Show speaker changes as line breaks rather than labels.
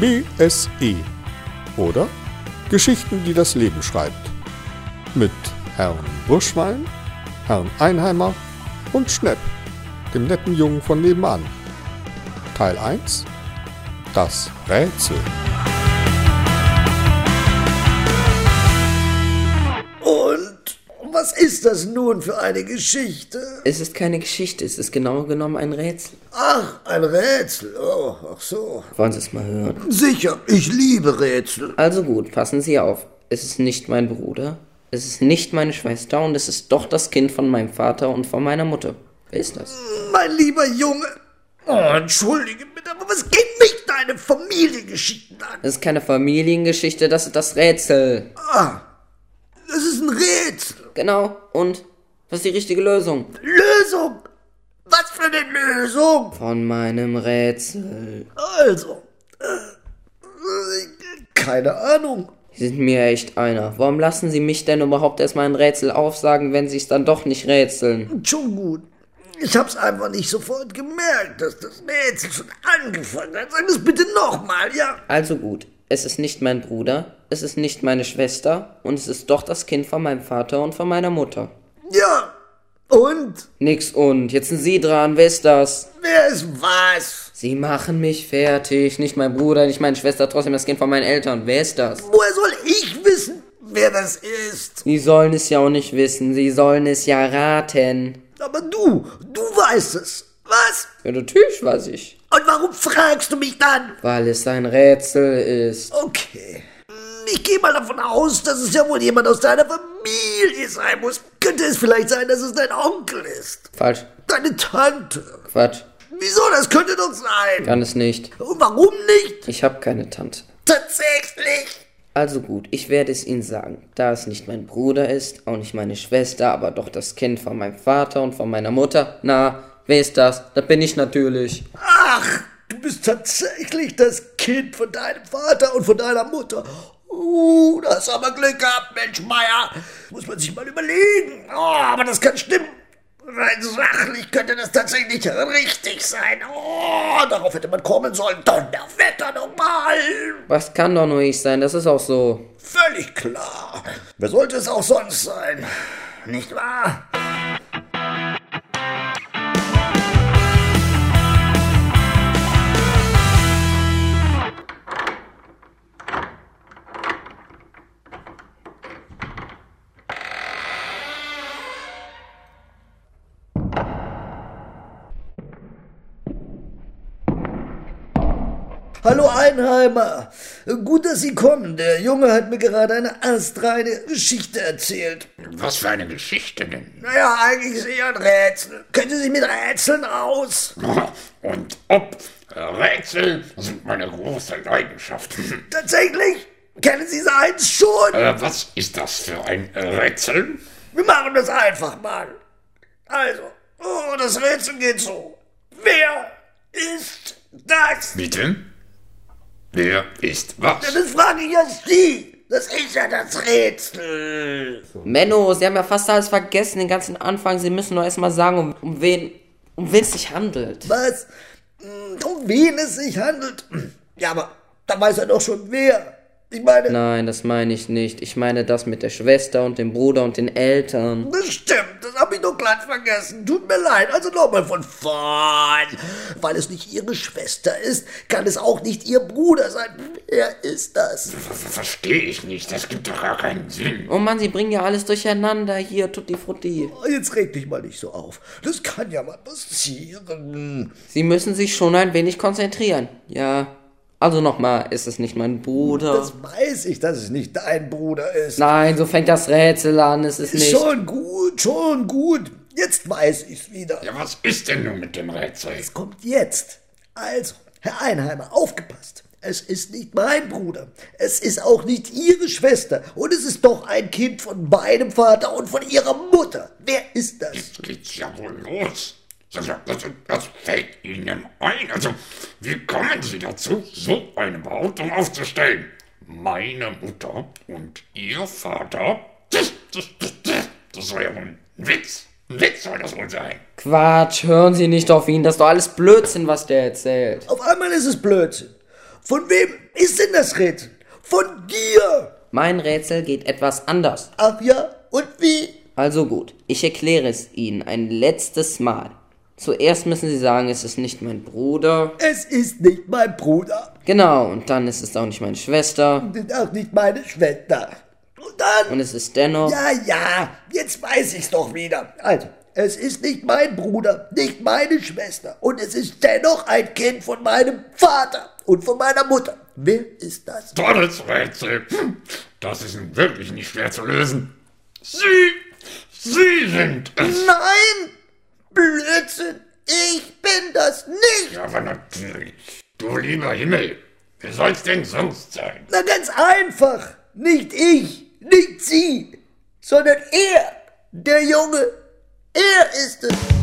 GSE E. oder Geschichten, die das Leben schreibt. Mit Herrn Buschwein, Herrn Einheimer und Schnepp, dem netten Jungen von nebenan. Teil 1 Das Rätsel.
Und was ist das nun für eine Geschichte?
Es ist keine Geschichte, es ist genau genommen ein Rätsel.
Ach, ein Rätsel. Oh, ach so.
Wollen Sie es mal hören?
Sicher, ich liebe Rätsel.
Also gut, passen Sie auf. Es ist nicht mein Bruder, es ist nicht meine Schwester und es ist doch das Kind von meinem Vater und von meiner Mutter. Wer ist das?
Mein lieber Junge. Oh, entschuldige bitte, aber was geht mich deine Familiengeschichten an?
Das ist keine Familiengeschichte, das ist das Rätsel.
Ah, das ist ein Rätsel.
Genau, und was ist die richtige Lösung?
Lösung. Was für eine Lösung?
Von meinem Rätsel.
Also, äh, keine Ahnung.
Sie sind mir echt einer. Warum lassen Sie mich denn überhaupt erst mal ein Rätsel aufsagen, wenn Sie es dann doch nicht rätseln?
Schon gut. Ich hab's einfach nicht sofort gemerkt, dass das Rätsel schon angefangen hat. Sag das bitte nochmal, ja?
Also gut, es ist nicht mein Bruder, es ist nicht meine Schwester und es ist doch das Kind von meinem Vater und von meiner Mutter.
Ja. Und?
Nix und, jetzt sind Sie dran, wer ist das?
Wer ist was?
Sie machen mich fertig. Nicht mein Bruder, nicht meine Schwester, trotzdem das Kind von meinen Eltern. Wer ist das?
Woher soll ich wissen, wer das ist?
Sie sollen es ja auch nicht wissen, Sie sollen es ja raten.
Aber du, du weißt es. Was?
Ja, natürlich weiß ich.
Und warum fragst du mich dann?
Weil es ein Rätsel ist.
Okay. Hm, Ich gehe mal davon aus, dass es ja wohl jemand aus deiner Familie sein muss. Könnte es vielleicht sein, dass es dein Onkel ist?
Falsch.
Deine Tante?
Quatsch.
Wieso? Das könnte doch sein.
Kann es nicht.
Und warum nicht?
Ich habe keine Tante.
Tatsächlich?
Also gut, ich werde es Ihnen sagen. Da es nicht mein Bruder ist, auch nicht meine Schwester, aber doch das Kind von meinem Vater und von meiner Mutter. Na, wer ist das? Das bin ich natürlich.
Ach, du bist tatsächlich das Kind von deinem Vater und von deiner Mutter. Uh, da hast du aber Glück gehabt, Mensch Meier. Muss man sich mal überlegen. Oh, aber das kann stimmen. Rein sachlich könnte das tatsächlich richtig sein. Oh, darauf hätte man kommen sollen. Donnerwetter nochmal.
Was kann doch nur ich sein? Das ist auch so.
Völlig klar. Wer sollte es auch sonst sein? Nicht wahr? Hallo Einheimer. Gut, dass Sie kommen. Der Junge hat mir gerade eine astreine Geschichte erzählt.
Was für eine Geschichte denn?
Naja, eigentlich ist eher ein Rätsel. Können Sie sich mit Rätseln aus?
Und ob äh, Rätsel sind meine große Leidenschaft.
Tatsächlich? Kennen Sie seins schon?
Äh, was ist das für ein Rätsel?
Wir machen das einfach mal. Also, oh, das Rätsel geht so. Wer ist das?
Bitte? Wer ist was?
Das frage ich ja Sie. Das ist ja das Rätsel.
Menno, Sie haben ja fast alles vergessen, den ganzen Anfang. Sie müssen nur erstmal sagen, um, um wen um wen es sich handelt.
Was? Hm, Um wen es sich handelt? Ja, aber da weiß er doch schon wer. Ich meine,
Nein, das meine ich nicht. Ich meine das mit der Schwester und dem Bruder und den Eltern.
Das stimmt, das habe ich doch glatt vergessen. Tut mir leid, also nochmal von vorn. Weil es nicht ihre Schwester ist, kann es auch nicht ihr Bruder sein. Wer ist das?
Verstehe ich nicht, das gibt doch gar keinen Sinn.
Oh Mann, Sie bringen ja alles durcheinander hier, Tutti Frutti.
Oh, Jetzt reg dich mal nicht so auf. Das kann ja mal passieren.
Sie müssen sich schon ein wenig konzentrieren. Ja. Also nochmal, ist es nicht mein Bruder?
Das weiß ich, dass es nicht dein Bruder ist.
Nein, so fängt das Rätsel an, es ist nicht.
schon gut, schon gut. Jetzt weiß ich's wieder.
Ja, was ist denn nun mit dem Rätsel?
Es kommt jetzt. Also, Herr Einheimer, aufgepasst. Es ist nicht mein Bruder. Es ist auch nicht Ihre Schwester. Und es ist doch ein Kind von meinem Vater und von Ihrer Mutter. Wer ist das?
Jetzt geht's ja wohl los. Das, das, das fällt Ihnen ein. Also, wie kommen Sie dazu, so eine Behauptung aufzustellen? Meine Mutter und Ihr Vater? Das, das, das, das, das soll ja wohl ein Witz. Ein Witz soll das wohl sein.
Quatsch, hören Sie nicht auf ihn, das ist doch alles Blödsinn, was der erzählt.
Auf einmal ist es Blödsinn. Von wem ist denn das Rätsel? Von dir!
Mein Rätsel geht etwas anders.
Ach ja, und wie?
Also gut, ich erkläre es Ihnen ein letztes Mal. Zuerst müssen Sie sagen, es ist nicht mein Bruder.
Es ist nicht mein Bruder
Genau, und dann ist es auch nicht meine Schwester.
und auch nicht meine Schwester. Und dann.
Und es ist dennoch.
Ja, ja, jetzt weiß ich's doch wieder. Also, es ist nicht mein Bruder, nicht meine Schwester. Und es ist dennoch ein Kind von meinem Vater und von meiner Mutter. Wer ist das?
Tolles Rätsel. Hm, Das ist nun wirklich nicht schwer zu lösen. Sie, Sie sind es.
Nein! Blödsinn! Ich bin das nicht!
Ja, aber natürlich. Du lieber Himmel, wer soll's denn sonst sein?
Na ganz einfach! Nicht ich, nicht sie, sondern er! Der Junge! Er ist es!